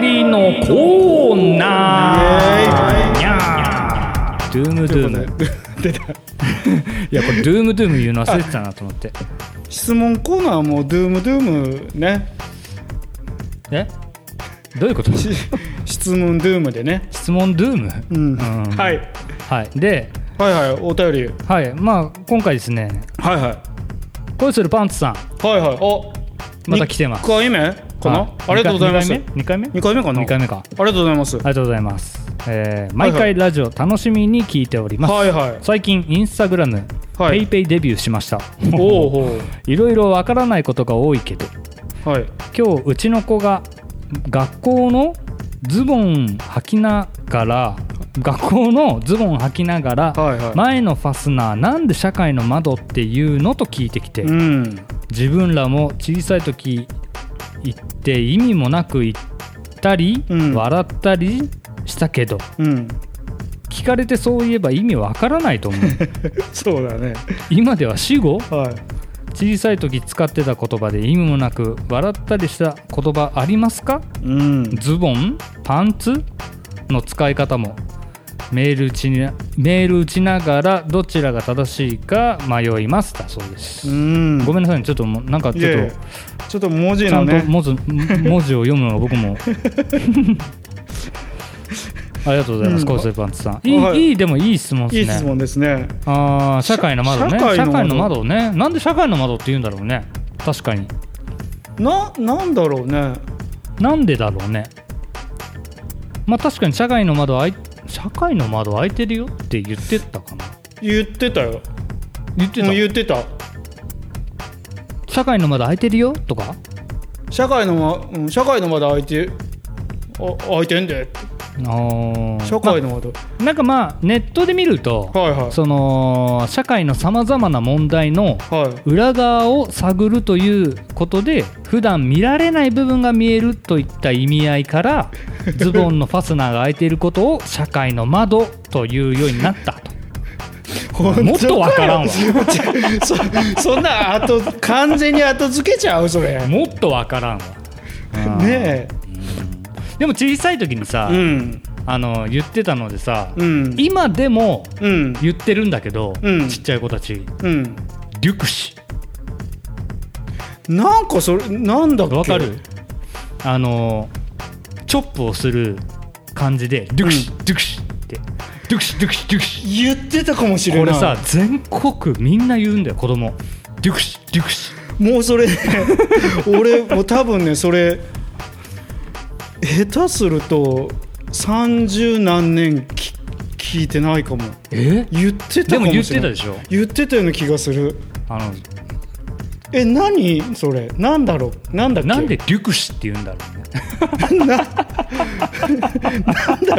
[SPEAKER 2] りのコーナー
[SPEAKER 1] イエーイ
[SPEAKER 2] にゃードゥームド
[SPEAKER 1] とい
[SPEAKER 2] ゥ
[SPEAKER 1] う
[SPEAKER 2] ー
[SPEAKER 1] こ
[SPEAKER 2] ム
[SPEAKER 1] とで 出た
[SPEAKER 2] いやこれドゥームドゥーム言うの忘れてたなと思って
[SPEAKER 1] 質問コーナーはもうドゥームドゥームね
[SPEAKER 2] えどういうこと
[SPEAKER 1] し質問ドゥームでね、
[SPEAKER 2] 質問ドゥーム、
[SPEAKER 1] うん
[SPEAKER 2] うん
[SPEAKER 1] はい、はい
[SPEAKER 2] はいで
[SPEAKER 1] はいお便り
[SPEAKER 2] はいまあ今回ですね
[SPEAKER 1] はいはい
[SPEAKER 2] 恋するパンツさん
[SPEAKER 1] はいはいお
[SPEAKER 2] また来てます
[SPEAKER 1] 2回目かな、
[SPEAKER 2] はい
[SPEAKER 1] ありがとうございます
[SPEAKER 2] 二回二回目
[SPEAKER 1] 二回目かな
[SPEAKER 2] 二回目か
[SPEAKER 1] ありがとうございます
[SPEAKER 2] ありがとうございます、えー毎回ラジオ楽しみに聞いております、
[SPEAKER 1] はいはい
[SPEAKER 2] 最近インスタグラム
[SPEAKER 1] は
[SPEAKER 2] ペ
[SPEAKER 1] い
[SPEAKER 2] イペイデビューしました
[SPEAKER 1] おおう
[SPEAKER 2] いろいろわからないことが多いけど
[SPEAKER 1] ほうはい
[SPEAKER 2] 今日うちの子が学校のズボン履きながら学校のズボン履きながら、
[SPEAKER 1] はいはい
[SPEAKER 2] 前のファスナーなんで社会の窓っていうのと聞いてきて、
[SPEAKER 1] うん
[SPEAKER 2] 自分らも小さい時行って意味もなく言ったり、
[SPEAKER 1] うん
[SPEAKER 2] 笑ったりしたけど
[SPEAKER 1] うん
[SPEAKER 2] 聞かれてそういえば意味わからない と思う
[SPEAKER 1] そうだね
[SPEAKER 2] 今では死後
[SPEAKER 1] はい
[SPEAKER 2] 小さい時使ってた言葉で意味もなく笑ったりした言葉ありますか
[SPEAKER 1] うん
[SPEAKER 2] ズボンパンツの使い方もメール打ちなメール打ちながらどちらが正しいか迷いますだそうです、
[SPEAKER 1] うん
[SPEAKER 2] ご
[SPEAKER 1] めん
[SPEAKER 2] めんなさいねちょっともうなんかち
[SPEAKER 1] ち
[SPEAKER 2] ょ
[SPEAKER 1] ょ
[SPEAKER 2] っ
[SPEAKER 1] っ
[SPEAKER 2] と
[SPEAKER 1] とちょっと文字
[SPEAKER 2] ちゃ
[SPEAKER 1] の
[SPEAKER 2] んと
[SPEAKER 1] ね
[SPEAKER 2] 文字文字を読むのが僕 もありがとうございます、
[SPEAKER 1] うん
[SPEAKER 2] コーセーパンツさんいい,、
[SPEAKER 1] はい
[SPEAKER 2] い、いでもいい質問
[SPEAKER 1] い
[SPEAKER 2] で
[SPEAKER 1] い
[SPEAKER 2] すね
[SPEAKER 1] 質問ですね
[SPEAKER 2] あー社会の窓ね
[SPEAKER 1] 社
[SPEAKER 2] 社
[SPEAKER 1] 社会
[SPEAKER 2] 会
[SPEAKER 1] の窓
[SPEAKER 2] の窓ねなんで社会の窓って言うんだろうね確かに
[SPEAKER 1] ななんだろうね
[SPEAKER 2] なんでだろうねまあ確かに社会の窓あい社会の窓開いてるよって言ってたかな
[SPEAKER 1] 言ってたよ
[SPEAKER 2] 言って
[SPEAKER 1] もう言
[SPEAKER 2] た
[SPEAKER 1] ってた
[SPEAKER 2] 社会の窓開いてるよとか
[SPEAKER 1] 社会のま、うん、社会の窓開いてあ開いてんで
[SPEAKER 2] あー
[SPEAKER 1] 社会の窓、
[SPEAKER 2] まなんかまあネットで見ると、
[SPEAKER 1] はいはい
[SPEAKER 2] その社会のさまざまな問題の
[SPEAKER 1] はい
[SPEAKER 2] 裏側を探るということで普段見られない部分が見えるといった意味合いからズボンのファスナーが開いていることを社会の窓というようになったともっとわからんわ
[SPEAKER 1] そそんな後完全に後付けちゃうそれね
[SPEAKER 2] もっとわからんわ
[SPEAKER 1] え
[SPEAKER 2] でも小さい時にさ、
[SPEAKER 1] うん
[SPEAKER 2] あの言ってたのでさ、
[SPEAKER 1] うん
[SPEAKER 2] 今でも
[SPEAKER 1] うん
[SPEAKER 2] 言ってるんだけど、
[SPEAKER 1] うん
[SPEAKER 2] ちっちゃい子たち
[SPEAKER 1] うん
[SPEAKER 2] 「リュクシ
[SPEAKER 1] なんかそれなんだっ」け
[SPEAKER 2] わかるあのチョップをする感じで「リュクシ、リュクシ」って「リュクシリュクシリュクシ」
[SPEAKER 1] 言ってたかもしれ
[SPEAKER 2] こ
[SPEAKER 1] な
[SPEAKER 2] れ
[SPEAKER 1] い
[SPEAKER 2] さ全国みんな言うんだよ子供デュクシデュクシ
[SPEAKER 1] もうそれね 俺もう多分ねそれ下手すると三十何年き聞いてないかも
[SPEAKER 2] え
[SPEAKER 1] 言ってた
[SPEAKER 2] で
[SPEAKER 1] かも
[SPEAKER 2] も言っ
[SPEAKER 1] しれ
[SPEAKER 2] て
[SPEAKER 1] な
[SPEAKER 2] た
[SPEAKER 1] い
[SPEAKER 2] でしょ
[SPEAKER 1] 言ってたような気がする
[SPEAKER 2] あの
[SPEAKER 1] え何それなんだろうなんだっけ
[SPEAKER 2] なんでデュクシって言うんだろうね
[SPEAKER 1] ななんだ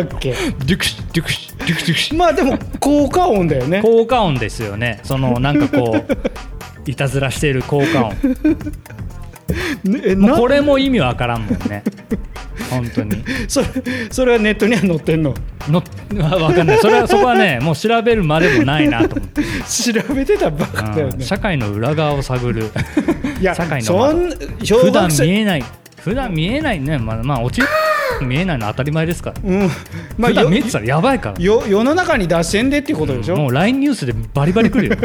[SPEAKER 1] っけ
[SPEAKER 2] デュクシデュクシデュクシデュクシ
[SPEAKER 1] まあでも効果音だよね
[SPEAKER 2] 効果音ですよねそのなんかこ ういたずらしている効果音
[SPEAKER 1] ねえ
[SPEAKER 2] も
[SPEAKER 1] な
[SPEAKER 2] うこれも意味わからんもんね本当に
[SPEAKER 1] それそれはネットには載ってんの
[SPEAKER 2] のわかんないそれはそこはねもう調べるまでもないなと思って、
[SPEAKER 1] 調べてたばっかだよ
[SPEAKER 2] うん
[SPEAKER 1] ね
[SPEAKER 2] 社会の裏側を探 る
[SPEAKER 1] いや
[SPEAKER 2] 社会の
[SPEAKER 1] そ
[SPEAKER 2] 窓
[SPEAKER 1] ん
[SPEAKER 2] 普
[SPEAKER 1] 小
[SPEAKER 2] 段
[SPEAKER 1] 学
[SPEAKER 2] 見
[SPEAKER 1] 生
[SPEAKER 2] えない普段見えないねまあまあ落ち見えないのは当たり前ですから、
[SPEAKER 1] うんまあ
[SPEAKER 2] 普段
[SPEAKER 1] よ
[SPEAKER 2] 見えてたらやばいから
[SPEAKER 1] よ世の中に出せんでっていうことでしょ、
[SPEAKER 2] もう LINE ニュースでバリバリ来る よ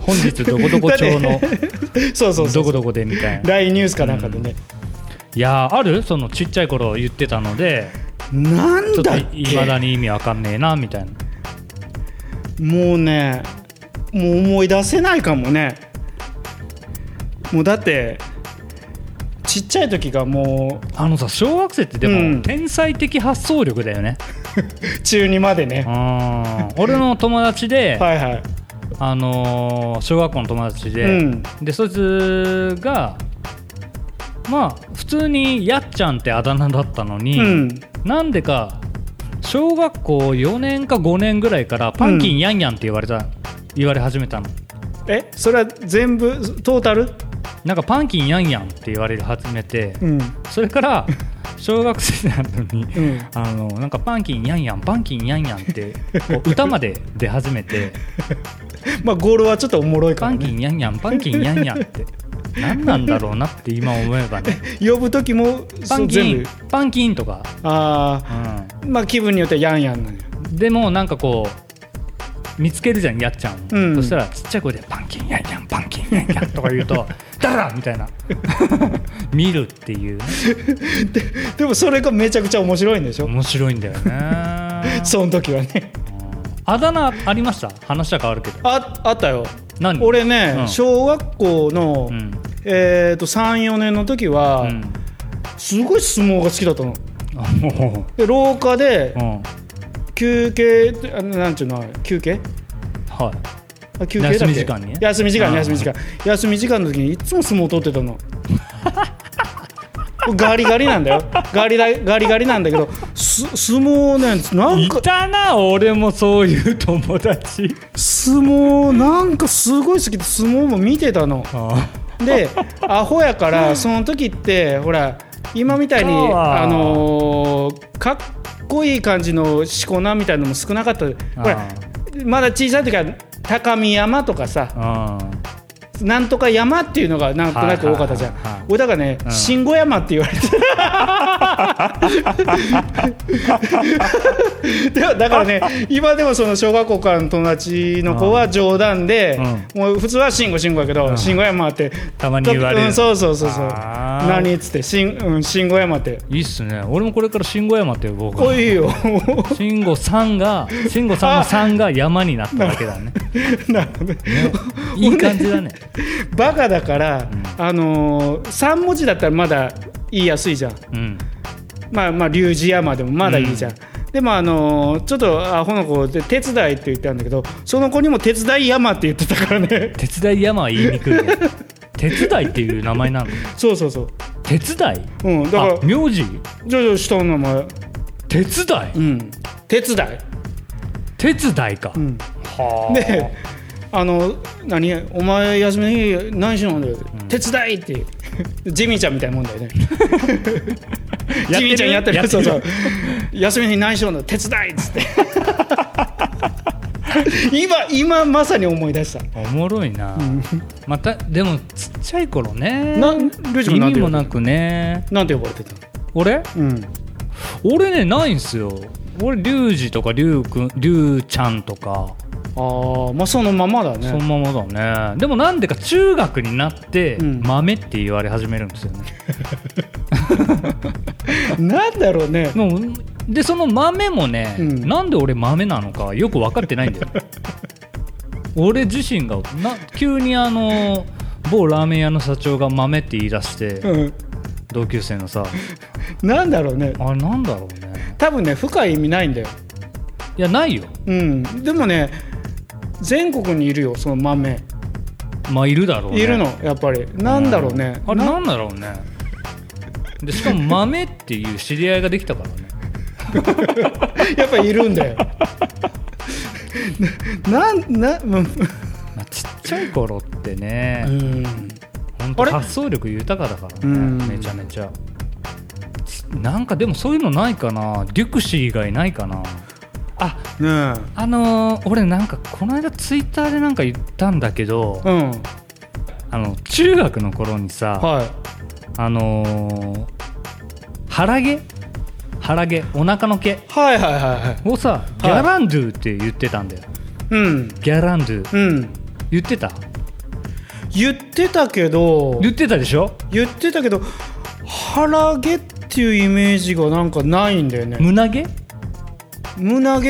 [SPEAKER 2] 本日どこどこ町の
[SPEAKER 1] そうそうそ
[SPEAKER 2] ど
[SPEAKER 1] う
[SPEAKER 2] こどこでみたいな
[SPEAKER 1] LINE ニュースかなんかでね、
[SPEAKER 2] いやーあるそのちっちゃい頃言ってたので
[SPEAKER 1] な
[SPEAKER 2] ちょ
[SPEAKER 1] ん
[SPEAKER 2] っと
[SPEAKER 1] だっ
[SPEAKER 2] いまだ
[SPEAKER 1] け
[SPEAKER 2] に意味わかんねえなみたいな
[SPEAKER 1] もうねもう思い出せないかもねもうだってちっちゃい時がも
[SPEAKER 2] あのさ小学生ってで
[SPEAKER 1] う
[SPEAKER 2] も
[SPEAKER 1] ん
[SPEAKER 2] 天才的発想力だ よね、
[SPEAKER 1] う中2まで
[SPEAKER 2] う
[SPEAKER 1] ね
[SPEAKER 2] ん、俺の友達で、
[SPEAKER 1] はいはい
[SPEAKER 2] あのー小学校の友達で、
[SPEAKER 1] うん
[SPEAKER 2] でそいつがまあ普通にやっちゃんってあだ名だったのに、
[SPEAKER 1] うん
[SPEAKER 2] なんでか小学校4年か5年ぐらいからパンキンやんやんって言われた、言われ始めたの
[SPEAKER 1] えそれは全部トータル
[SPEAKER 2] なんかパンキンやんやんって言われる始めて、
[SPEAKER 1] うん
[SPEAKER 2] それから小学生なのに、
[SPEAKER 1] うん
[SPEAKER 2] あのなんかパンキンやんやんパンキンやんやんってこ う歌まで出始めて
[SPEAKER 1] まあゴールはちょっとおもろいか
[SPEAKER 2] パ
[SPEAKER 1] も
[SPEAKER 2] ン
[SPEAKER 1] ね
[SPEAKER 2] キンやんやんパンキンやんやんって何なんだろうなって今思えばね
[SPEAKER 1] 呼ぶ時も
[SPEAKER 2] パ
[SPEAKER 1] そ
[SPEAKER 2] ン
[SPEAKER 1] う
[SPEAKER 2] キ
[SPEAKER 1] 全
[SPEAKER 2] ン
[SPEAKER 1] 部
[SPEAKER 2] パンキンとか、
[SPEAKER 1] あ
[SPEAKER 2] う
[SPEAKER 1] あ
[SPEAKER 2] ん
[SPEAKER 1] まあ気分によってはやんやんなんや
[SPEAKER 2] でもなんかこう見つけるじゃんやっちゃんを、
[SPEAKER 1] うん
[SPEAKER 2] そしたらちっちゃい声で「パンキンやんやんパンキンやんやん」とか言 うと「ダラ!」みたいな 見るっていうね
[SPEAKER 1] でもそれがめちゃくちゃ面白いんでしょ
[SPEAKER 2] 面白いんだよ ね
[SPEAKER 1] その時はね
[SPEAKER 2] あだ名ありました話は変わるけど
[SPEAKER 1] ああったよ
[SPEAKER 2] 何
[SPEAKER 1] 俺ね、
[SPEAKER 2] うん
[SPEAKER 1] 小学校の、
[SPEAKER 2] うん
[SPEAKER 1] えー、と34年の時は、
[SPEAKER 2] うん
[SPEAKER 1] すごい相撲が好きだったの
[SPEAKER 2] あも
[SPEAKER 1] で廊下で
[SPEAKER 2] ううん
[SPEAKER 1] 休憩あなんていうの休憩
[SPEAKER 2] は
[SPEAKER 1] あ休憩だっけ
[SPEAKER 2] 休み時間に
[SPEAKER 1] 休み時間
[SPEAKER 2] あ
[SPEAKER 1] に
[SPEAKER 2] ー
[SPEAKER 1] 休み時間休み時間の時にいつも相撲取ってた のガリガリなんだよガリだガリガリなんだけどす相撲ねないん
[SPEAKER 2] い
[SPEAKER 1] か
[SPEAKER 2] たな俺もそういう 友達
[SPEAKER 1] 相撲なんかすごい好きで相撲も見てたの
[SPEAKER 2] あ
[SPEAKER 1] でアホやからその時ってほら今みたいに
[SPEAKER 2] いたわ
[SPEAKER 1] あのーかっこいい感じのしこ名みたいなのも少なかったほらまだ小さい時は高見山とかさ
[SPEAKER 2] あ
[SPEAKER 1] なんとか山っていうのがなんとなく多かったじゃん
[SPEAKER 2] はいはいはいはい
[SPEAKER 1] 俺だからね
[SPEAKER 2] うん
[SPEAKER 1] 慎吾山って言われて でもだからね今でもその小学校からの友達の子は冗談でもう普通は慎吾慎吾やけど慎吾山って
[SPEAKER 2] たまに言われる
[SPEAKER 1] うんそうそうそうそう
[SPEAKER 2] あー
[SPEAKER 1] 何っつって慎うん慎吾山って
[SPEAKER 2] いいっすね俺もこれから慎吾山って呼ぼうか
[SPEAKER 1] おいいよ
[SPEAKER 2] 慎吾さんが慎吾さんのさんが山になっただけ だね
[SPEAKER 1] なるほど
[SPEAKER 2] ねいい感じだね
[SPEAKER 1] バカだからあの3文字だったらまだ言いやすいじゃん
[SPEAKER 2] うん
[SPEAKER 1] まあまあ龍二山でもまだいいじゃん、でもあのーちょっとアホの子で手伝いって言ってたんだけどその子にも手伝い山って言ってたからね
[SPEAKER 2] 手伝い山は言いにくいね手伝いっていう名前なの
[SPEAKER 1] そうそうそう
[SPEAKER 2] 手伝い
[SPEAKER 1] うんだから
[SPEAKER 2] あ名字
[SPEAKER 1] 徐々に下の名前
[SPEAKER 2] 手伝い
[SPEAKER 1] うん手伝い、
[SPEAKER 2] 手伝いか
[SPEAKER 1] うん、
[SPEAKER 2] はあ
[SPEAKER 1] であの何お前休みの日何しようんだよ、手伝いって ジミーちゃんみたいなもんだよねジミーちゃんやってる
[SPEAKER 2] やって
[SPEAKER 1] そう
[SPEAKER 2] る
[SPEAKER 1] そう休みの日何しようんだよ手伝いっつって 今今まさに思い出した
[SPEAKER 2] おもろいな、またでもちっちゃい頃ね
[SPEAKER 1] なルージュ
[SPEAKER 2] 意
[SPEAKER 1] もなん
[SPEAKER 2] 味
[SPEAKER 1] て呼
[SPEAKER 2] も
[SPEAKER 1] ばれ
[SPEAKER 2] なくね
[SPEAKER 1] なんて呼ばれてたの
[SPEAKER 2] 俺
[SPEAKER 1] うん
[SPEAKER 2] 俺ねないんすよ俺リュウジとかリュウくんリュウちゃんとか
[SPEAKER 1] ああまあそのままだ
[SPEAKER 2] その
[SPEAKER 1] ね
[SPEAKER 2] ままだねでもなんでか中学になって
[SPEAKER 1] うん
[SPEAKER 2] 豆って言われ始めるんですよね、
[SPEAKER 1] なんだろうね
[SPEAKER 2] もうでその豆もね、
[SPEAKER 1] うん
[SPEAKER 2] なんで俺豆なのかよく分かってないんだよ 俺自身がな急にあの某ラーメン屋の社長が豆って言い出して、
[SPEAKER 1] うん
[SPEAKER 2] 同級生のさ
[SPEAKER 1] なんだろうね
[SPEAKER 2] あれなんだろうね
[SPEAKER 1] 多分ね深い意味ないんだよ
[SPEAKER 2] いやないよ
[SPEAKER 1] うんでもね全国にいるよその豆
[SPEAKER 2] まあいるだろうね
[SPEAKER 1] いるのやっぱりなんだろうね
[SPEAKER 2] あれ
[SPEAKER 1] な
[SPEAKER 2] なんだろうねでしかも豆っていう知り合いができたからね
[SPEAKER 1] やっぱりいるんだよ ななんなうん
[SPEAKER 2] まあ、ちっちゃい頃ってね、
[SPEAKER 1] うん
[SPEAKER 2] 本当
[SPEAKER 1] あれ
[SPEAKER 2] 発想力豊かだから
[SPEAKER 1] うん
[SPEAKER 2] ねめちゃめちゃちなんかでもそういうのないかなデュクシー以外ないかなあ
[SPEAKER 1] ね
[SPEAKER 2] あのー俺なんかこの間ツイッターでなんか言ったんだけど
[SPEAKER 1] えうん
[SPEAKER 2] あの中学の頃にさ、
[SPEAKER 1] はい
[SPEAKER 2] あのー腹毛腹毛お腹の毛
[SPEAKER 1] はいはいはいはい
[SPEAKER 2] をさギャランドゥって言ってたんだよ、
[SPEAKER 1] うん
[SPEAKER 2] ギャランドゥ
[SPEAKER 1] うん
[SPEAKER 2] 言ってた
[SPEAKER 1] 言ってたけど
[SPEAKER 2] 言ってたでしょ
[SPEAKER 1] 言ってたけど腹毛っていうイメージがなんかないんだよね
[SPEAKER 2] 胸毛い
[SPEAKER 1] 胸毛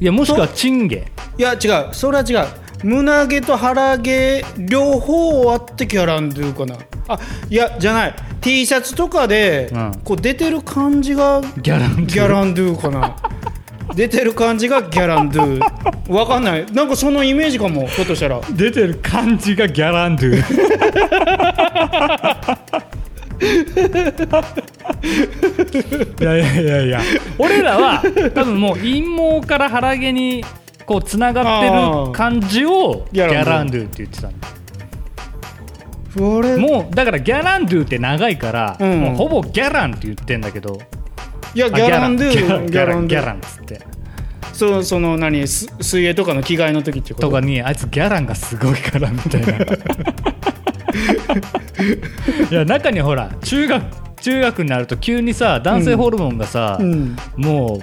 [SPEAKER 2] やもしくはチン毛
[SPEAKER 1] いや違うそれは違う胸毛と腹毛両方あってギャランドゥかなあいやじゃない T シャツとかで、
[SPEAKER 2] うん
[SPEAKER 1] こう出てる感じがギ
[SPEAKER 2] ギャランドゥ
[SPEAKER 1] ャランドゥかな出てる感じがギャランドゥわかんないなんかそのイメージかもひょっとしたら
[SPEAKER 2] 出てる感じがギャランドゥいやいやいやいや俺らは多分もう陰謀から腹毛にこうつながってる感じをギ
[SPEAKER 1] ギャ
[SPEAKER 2] ャ
[SPEAKER 1] ラ
[SPEAKER 2] ラ
[SPEAKER 1] ン
[SPEAKER 2] ンドゥって言ってたの
[SPEAKER 1] あれ
[SPEAKER 2] もうだからギャランドゥって長いから、
[SPEAKER 1] うん
[SPEAKER 2] もうほぼギャランって言ってんだけど
[SPEAKER 1] いや
[SPEAKER 2] あ
[SPEAKER 1] ギャランドゥ
[SPEAKER 2] ギャラン
[SPEAKER 1] ギ
[SPEAKER 2] ギ
[SPEAKER 1] ャラ
[SPEAKER 2] ャラ
[SPEAKER 1] ンド
[SPEAKER 2] ンギ
[SPEAKER 1] ゥ
[SPEAKER 2] ャランっつって
[SPEAKER 1] そうその何す水泳とかの着替えの時ってこと
[SPEAKER 2] とかにあいつギャランがすごいから みたいないや中にほら中学中学になると急にさ男性ホルモンがさ、
[SPEAKER 1] うん
[SPEAKER 2] もう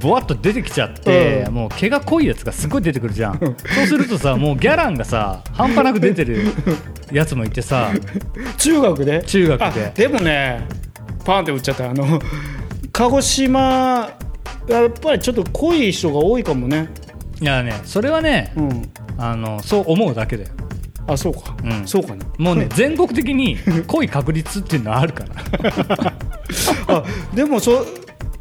[SPEAKER 2] ぼわっと出てきちゃって、
[SPEAKER 1] う
[SPEAKER 2] もう毛が濃いやつがすごい出てくるじゃん、そうするとさもうギャランがさ半端なく出 てるやつもいてさ
[SPEAKER 1] 中学で
[SPEAKER 2] 中学で
[SPEAKER 1] あでもねパーンって打っちゃったあの 鹿児島やっぱりちょっと濃い人が多いかもね
[SPEAKER 2] いやねそれはね
[SPEAKER 1] うん
[SPEAKER 2] あのそう思うだけだよ
[SPEAKER 1] あそうか、
[SPEAKER 2] うん
[SPEAKER 1] そうかな
[SPEAKER 2] もうね全国的に濃い確率っていうのはあるから
[SPEAKER 1] あでもそ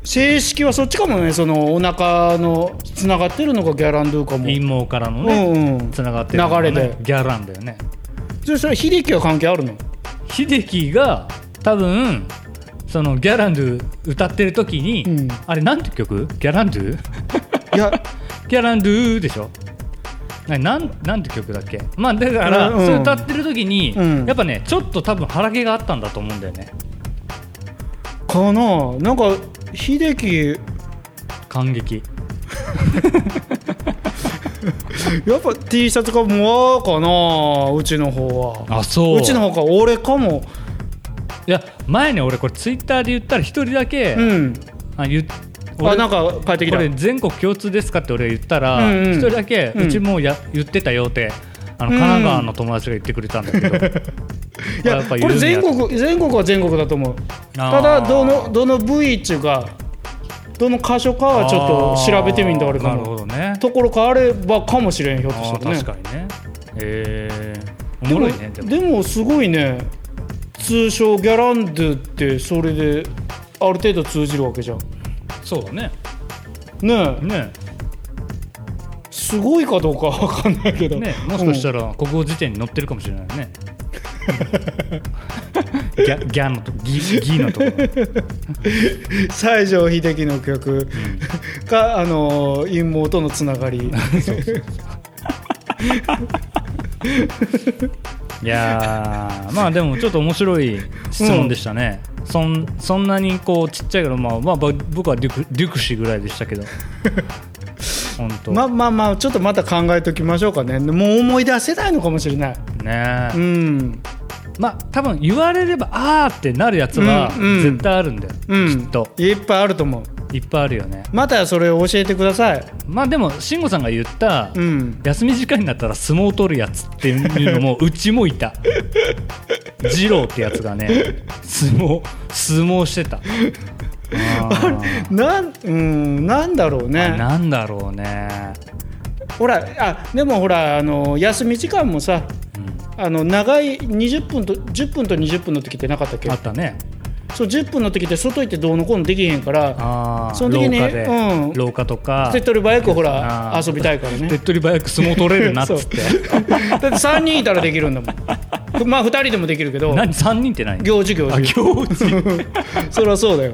[SPEAKER 1] 正式はそっちかもねそのお腹のつながってるのがギャランドゥかも
[SPEAKER 2] 陰謀からのね、
[SPEAKER 1] うんうん
[SPEAKER 2] つながってるのがね
[SPEAKER 1] 流れで
[SPEAKER 2] ギャランだよね
[SPEAKER 1] それそれ秀樹は関係あるの
[SPEAKER 2] 秀樹が多分そのギャランドゥ歌ってる時に、
[SPEAKER 1] うん
[SPEAKER 2] あれなんて曲ギャランドゥ
[SPEAKER 1] いや
[SPEAKER 2] ギャランドゥでしょななんなんて曲だっけまあだから、
[SPEAKER 1] うんうん
[SPEAKER 2] それ歌ってる時に、
[SPEAKER 1] うん
[SPEAKER 2] やっぱねちょっと多分腹毛があったんだと思うんだよね
[SPEAKER 1] かななんか秀樹
[SPEAKER 2] 感激
[SPEAKER 1] やっぱ T シャツかもわかなうちの方は
[SPEAKER 2] あそう
[SPEAKER 1] ちの方か俺かも
[SPEAKER 2] いや前ね俺これツイッターで言ったら一人だけ、
[SPEAKER 1] うん
[SPEAKER 2] あ言っ
[SPEAKER 1] あ
[SPEAKER 2] 俺
[SPEAKER 1] なんか帰ってき
[SPEAKER 2] こ
[SPEAKER 1] た
[SPEAKER 2] れ全国共通ですかって俺が言ったら一、
[SPEAKER 1] うんうん
[SPEAKER 2] 人だけ
[SPEAKER 1] うん
[SPEAKER 2] うちもや、言ってたよってあの
[SPEAKER 1] うん
[SPEAKER 2] 神奈川の友達が言ってくれたんだけ ど、
[SPEAKER 1] いやこれ全国全国は全国だと思う
[SPEAKER 2] あー
[SPEAKER 1] ただどのどの部位っていうかどの箇所かはちょっと調べてみんとあれか
[SPEAKER 2] なるほ
[SPEAKER 1] も
[SPEAKER 2] どね
[SPEAKER 1] ところ変わればかもしれんひょっとした
[SPEAKER 2] あ
[SPEAKER 1] ら
[SPEAKER 2] ー
[SPEAKER 1] ね
[SPEAKER 2] 確かにねえー、お
[SPEAKER 1] で
[SPEAKER 2] も
[SPEAKER 1] も
[SPEAKER 2] ろいねでも
[SPEAKER 1] でもすごいね通称ギャランドゥってそれである程度通じるわけじゃん
[SPEAKER 2] そうだね
[SPEAKER 1] ねえ
[SPEAKER 2] ね
[SPEAKER 1] すごいかどうかは分かんないけど
[SPEAKER 2] ねもしかしたら国語辞典に載ってるかもしれないねギャギャのとギギのところ
[SPEAKER 1] うん西城秀樹の曲 か、あのー陰謀とのつながり
[SPEAKER 2] いやーまあでもちょっと面白い質問でしたね、そんそんなにこうちっちゃいから、まあまあ、ぼ僕はデュクデュクシーぐらいでし たけど本当、
[SPEAKER 1] まあまあまあちょっとまた考えときましょうかねもう思い出せないのかもしれない
[SPEAKER 2] ねえ
[SPEAKER 1] うん
[SPEAKER 2] まあ多分言われればあーってなるやつは
[SPEAKER 1] うんうん
[SPEAKER 2] 絶対あるんだよ、
[SPEAKER 1] うん
[SPEAKER 2] きっと
[SPEAKER 1] いっぱいあると思う
[SPEAKER 2] いっぱいあるよね
[SPEAKER 1] またそれを教えてください
[SPEAKER 2] まあでも慎吾さんが言った、
[SPEAKER 1] うん
[SPEAKER 2] 休み時間になったら相撲を取るやつっていう のもうちもいた二郎ってやつがね相撲相撲して たあー
[SPEAKER 1] なんうんなんだろう
[SPEAKER 2] あ
[SPEAKER 1] ね
[SPEAKER 2] なんだろうね、
[SPEAKER 1] ほらあでもほらあの休み時間もさ
[SPEAKER 2] うん
[SPEAKER 1] あの長い20分と10分と20分の時ってなかったっけ
[SPEAKER 2] あったね
[SPEAKER 1] そう10分の時って外行ってどうのこうのできへんから
[SPEAKER 2] あー
[SPEAKER 1] その時に
[SPEAKER 2] 廊下で、
[SPEAKER 1] うん
[SPEAKER 2] 廊下とか
[SPEAKER 1] 手っ取り早くほら
[SPEAKER 2] あー
[SPEAKER 1] 遊びたいからね
[SPEAKER 2] 手っ取り早く相撲取れるなっつって
[SPEAKER 1] だって3人いたらできるんだもんまあ2人でもできるけど
[SPEAKER 2] 何3人って何
[SPEAKER 1] 行事行
[SPEAKER 2] あ
[SPEAKER 1] 事
[SPEAKER 2] 行事
[SPEAKER 1] そりゃそうだよ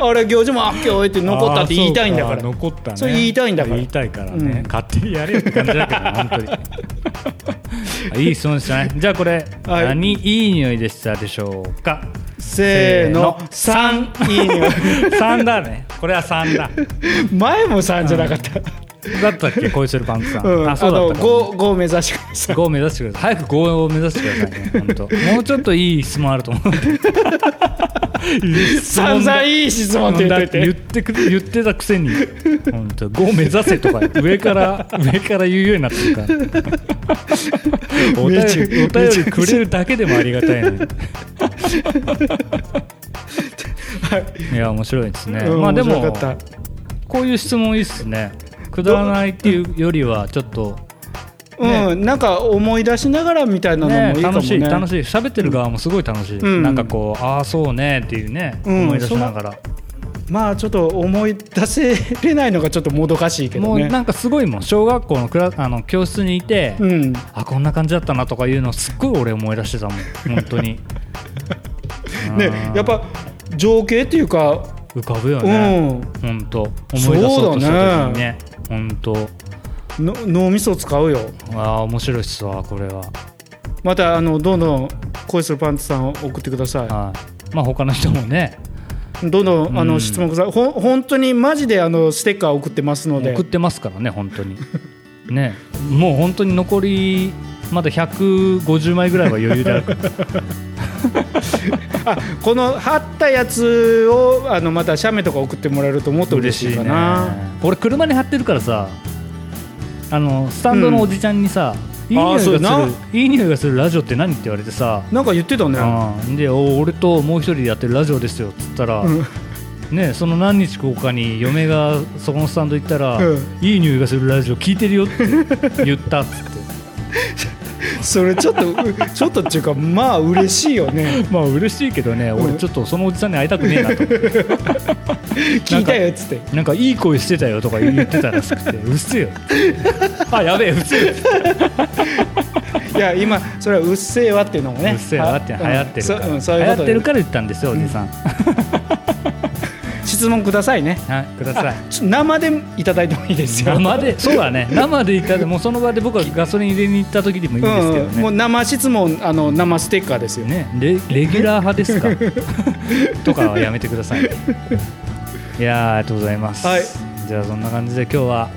[SPEAKER 1] あれ行事も「あ今日って 残った」って言いたいんだか
[SPEAKER 2] あー
[SPEAKER 1] ら
[SPEAKER 2] そう残ったね
[SPEAKER 1] それ言いたいんだから
[SPEAKER 2] 言いたいからね、
[SPEAKER 1] うん
[SPEAKER 2] 勝手にやれよって感じだけどね本 当にいい質問でしたねじゃあこれ、
[SPEAKER 1] はい
[SPEAKER 2] 何いい匂いでしたでしょうか
[SPEAKER 1] せーの
[SPEAKER 2] せーの
[SPEAKER 1] 3いい匂い
[SPEAKER 2] 3だねこれは3だ
[SPEAKER 1] 前も3じゃなかった
[SPEAKER 2] だったっけ恋するパンツさん、
[SPEAKER 1] うん、
[SPEAKER 2] あ
[SPEAKER 1] あ
[SPEAKER 2] そうだっ
[SPEAKER 1] の
[SPEAKER 2] たかも
[SPEAKER 1] 5五目指してください。
[SPEAKER 2] 5を目指してください早く5を目指してくださいね本当 もうちょっといい質問あると思うんでいい質
[SPEAKER 1] 散
[SPEAKER 2] 問
[SPEAKER 1] 々
[SPEAKER 2] だ
[SPEAKER 1] いい質問って言っとい。
[SPEAKER 2] 言っててく言ってたくせに本当5目指せとか上から 上から言うようになってるからお便
[SPEAKER 1] めちゃ
[SPEAKER 2] りお便りくれるだけでもありがたいのにいや面白いですね、
[SPEAKER 1] うん
[SPEAKER 2] まあで
[SPEAKER 1] 面
[SPEAKER 2] も
[SPEAKER 1] 白かっ
[SPEAKER 2] こういう質問いいっすねくだらないっていうよりはちょっと、
[SPEAKER 1] たうん、なんか思い出しながらみたいなの
[SPEAKER 2] ね
[SPEAKER 1] もいいかも
[SPEAKER 2] 楽し
[SPEAKER 1] ね。
[SPEAKER 2] い楽しい喋ってる側もすごい楽しい、
[SPEAKER 1] うん
[SPEAKER 2] なんかこうああそうねっていうね、
[SPEAKER 1] うん
[SPEAKER 2] 思い出しながら、
[SPEAKER 1] まあちょっと思い出せれないのがちょっともどかしいけ
[SPEAKER 2] も
[SPEAKER 1] ど
[SPEAKER 2] う
[SPEAKER 1] ね。
[SPEAKER 2] なんかすごいもん小学校のクラあの教室にいて、
[SPEAKER 1] うん。
[SPEAKER 2] あこんな感じだったなとかいうのすっごい俺思い出してたもん本当 に
[SPEAKER 1] ね、やっぱ情景っていうか、
[SPEAKER 2] 浮かぶよ
[SPEAKER 1] う
[SPEAKER 2] ね、
[SPEAKER 1] ん、
[SPEAKER 2] 本当思い出そうとした時にね本当
[SPEAKER 1] の脳みそ使うよ。
[SPEAKER 2] あー面白いっすわこれは、
[SPEAKER 1] またあのどんどん恋するパンツさんを送ってくださ
[SPEAKER 2] はいまあ他の人もね
[SPEAKER 1] い。どんどんあ
[SPEAKER 2] う
[SPEAKER 1] の
[SPEAKER 2] ん
[SPEAKER 1] 質問ください。ほん本当にマジであのステッカー送ってますので
[SPEAKER 2] 送っ。てますからね本当にねもう本当に残りまだ150枚ぐらいは余裕であるから
[SPEAKER 1] あこの貼ったやつをあのまた写メとか送ってもらえるともっと嬉しいかな
[SPEAKER 2] ね俺車に貼ってるからさあのスタンドのおじちゃんにさ、いい
[SPEAKER 1] あー
[SPEAKER 2] 匂いがす
[SPEAKER 1] そう
[SPEAKER 2] る
[SPEAKER 1] やない
[SPEAKER 2] い匂いがするラジオって何って言われてさ、
[SPEAKER 1] なんか言ってたね
[SPEAKER 2] うんでお俺ともう一人でやってるラジオですよっつったら、
[SPEAKER 1] うん
[SPEAKER 2] ね、その何日後かに嫁がそこのスタンド行ったら、
[SPEAKER 1] うん
[SPEAKER 2] いい匂いがするラジオ聞いてるよって言ったっつって
[SPEAKER 1] それちょっとちょっとっていうかまあ嬉しいよね
[SPEAKER 2] まあ嬉しいけどね
[SPEAKER 1] う
[SPEAKER 2] 俺
[SPEAKER 1] ん
[SPEAKER 2] ちょっとそのおじさんに会いたくねえなと思って
[SPEAKER 1] 聞いたよっつって
[SPEAKER 2] なんかいい声してたよとか言ってたらしくてうっせえ よあやべえうっせえよ
[SPEAKER 1] いや今それは「うっせえわ」っていうのもね
[SPEAKER 2] うっせえわって流行ってるか
[SPEAKER 1] うんそ
[SPEAKER 2] ら、
[SPEAKER 1] うんそういう
[SPEAKER 2] 流
[SPEAKER 1] こ
[SPEAKER 2] 行
[SPEAKER 1] と
[SPEAKER 2] ってるから言ったんですよおじさん、
[SPEAKER 1] 質問くださいね
[SPEAKER 2] はいください
[SPEAKER 1] あちょ生でいただいてもいいですよ
[SPEAKER 2] 生でそうだね生で 行ったらもうその場で僕はガソリン入れに行った時でもいいんですけど
[SPEAKER 1] うん、も
[SPEAKER 2] ね、
[SPEAKER 1] う生質問あの生ステッカーですよね
[SPEAKER 2] ねレレギュラー派ですか とかはやめてくださいねいやーありがとうございます、
[SPEAKER 1] はい
[SPEAKER 2] じゃあそんな感じで今日は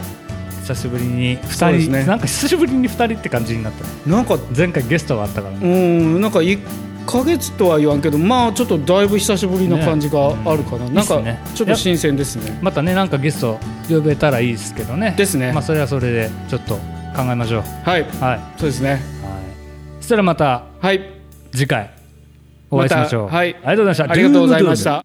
[SPEAKER 2] 久しぶりに
[SPEAKER 1] そう
[SPEAKER 2] 2
[SPEAKER 1] です
[SPEAKER 2] 人、
[SPEAKER 1] ね
[SPEAKER 2] なんか久しぶりに2人って感じになった
[SPEAKER 1] なんか
[SPEAKER 2] 前回ゲストがあったから
[SPEAKER 1] う
[SPEAKER 2] ね、
[SPEAKER 1] んなんか1か月とは言わんけどまあちょっとだいぶ久しぶりな感じがあるかな、
[SPEAKER 2] ね
[SPEAKER 1] なんか
[SPEAKER 2] いいっすね
[SPEAKER 1] ちょっと新鮮ですね
[SPEAKER 2] またねなんかゲスト呼べたらいいですけどね
[SPEAKER 1] ですね
[SPEAKER 2] まあそれはそれでちょっと考えましょう
[SPEAKER 1] はい
[SPEAKER 2] はい、
[SPEAKER 1] そうですね
[SPEAKER 2] そしたらまた
[SPEAKER 1] はい
[SPEAKER 2] 次回お会いしましょう、
[SPEAKER 1] またはい
[SPEAKER 2] ありがとうございました
[SPEAKER 1] ありがとうございました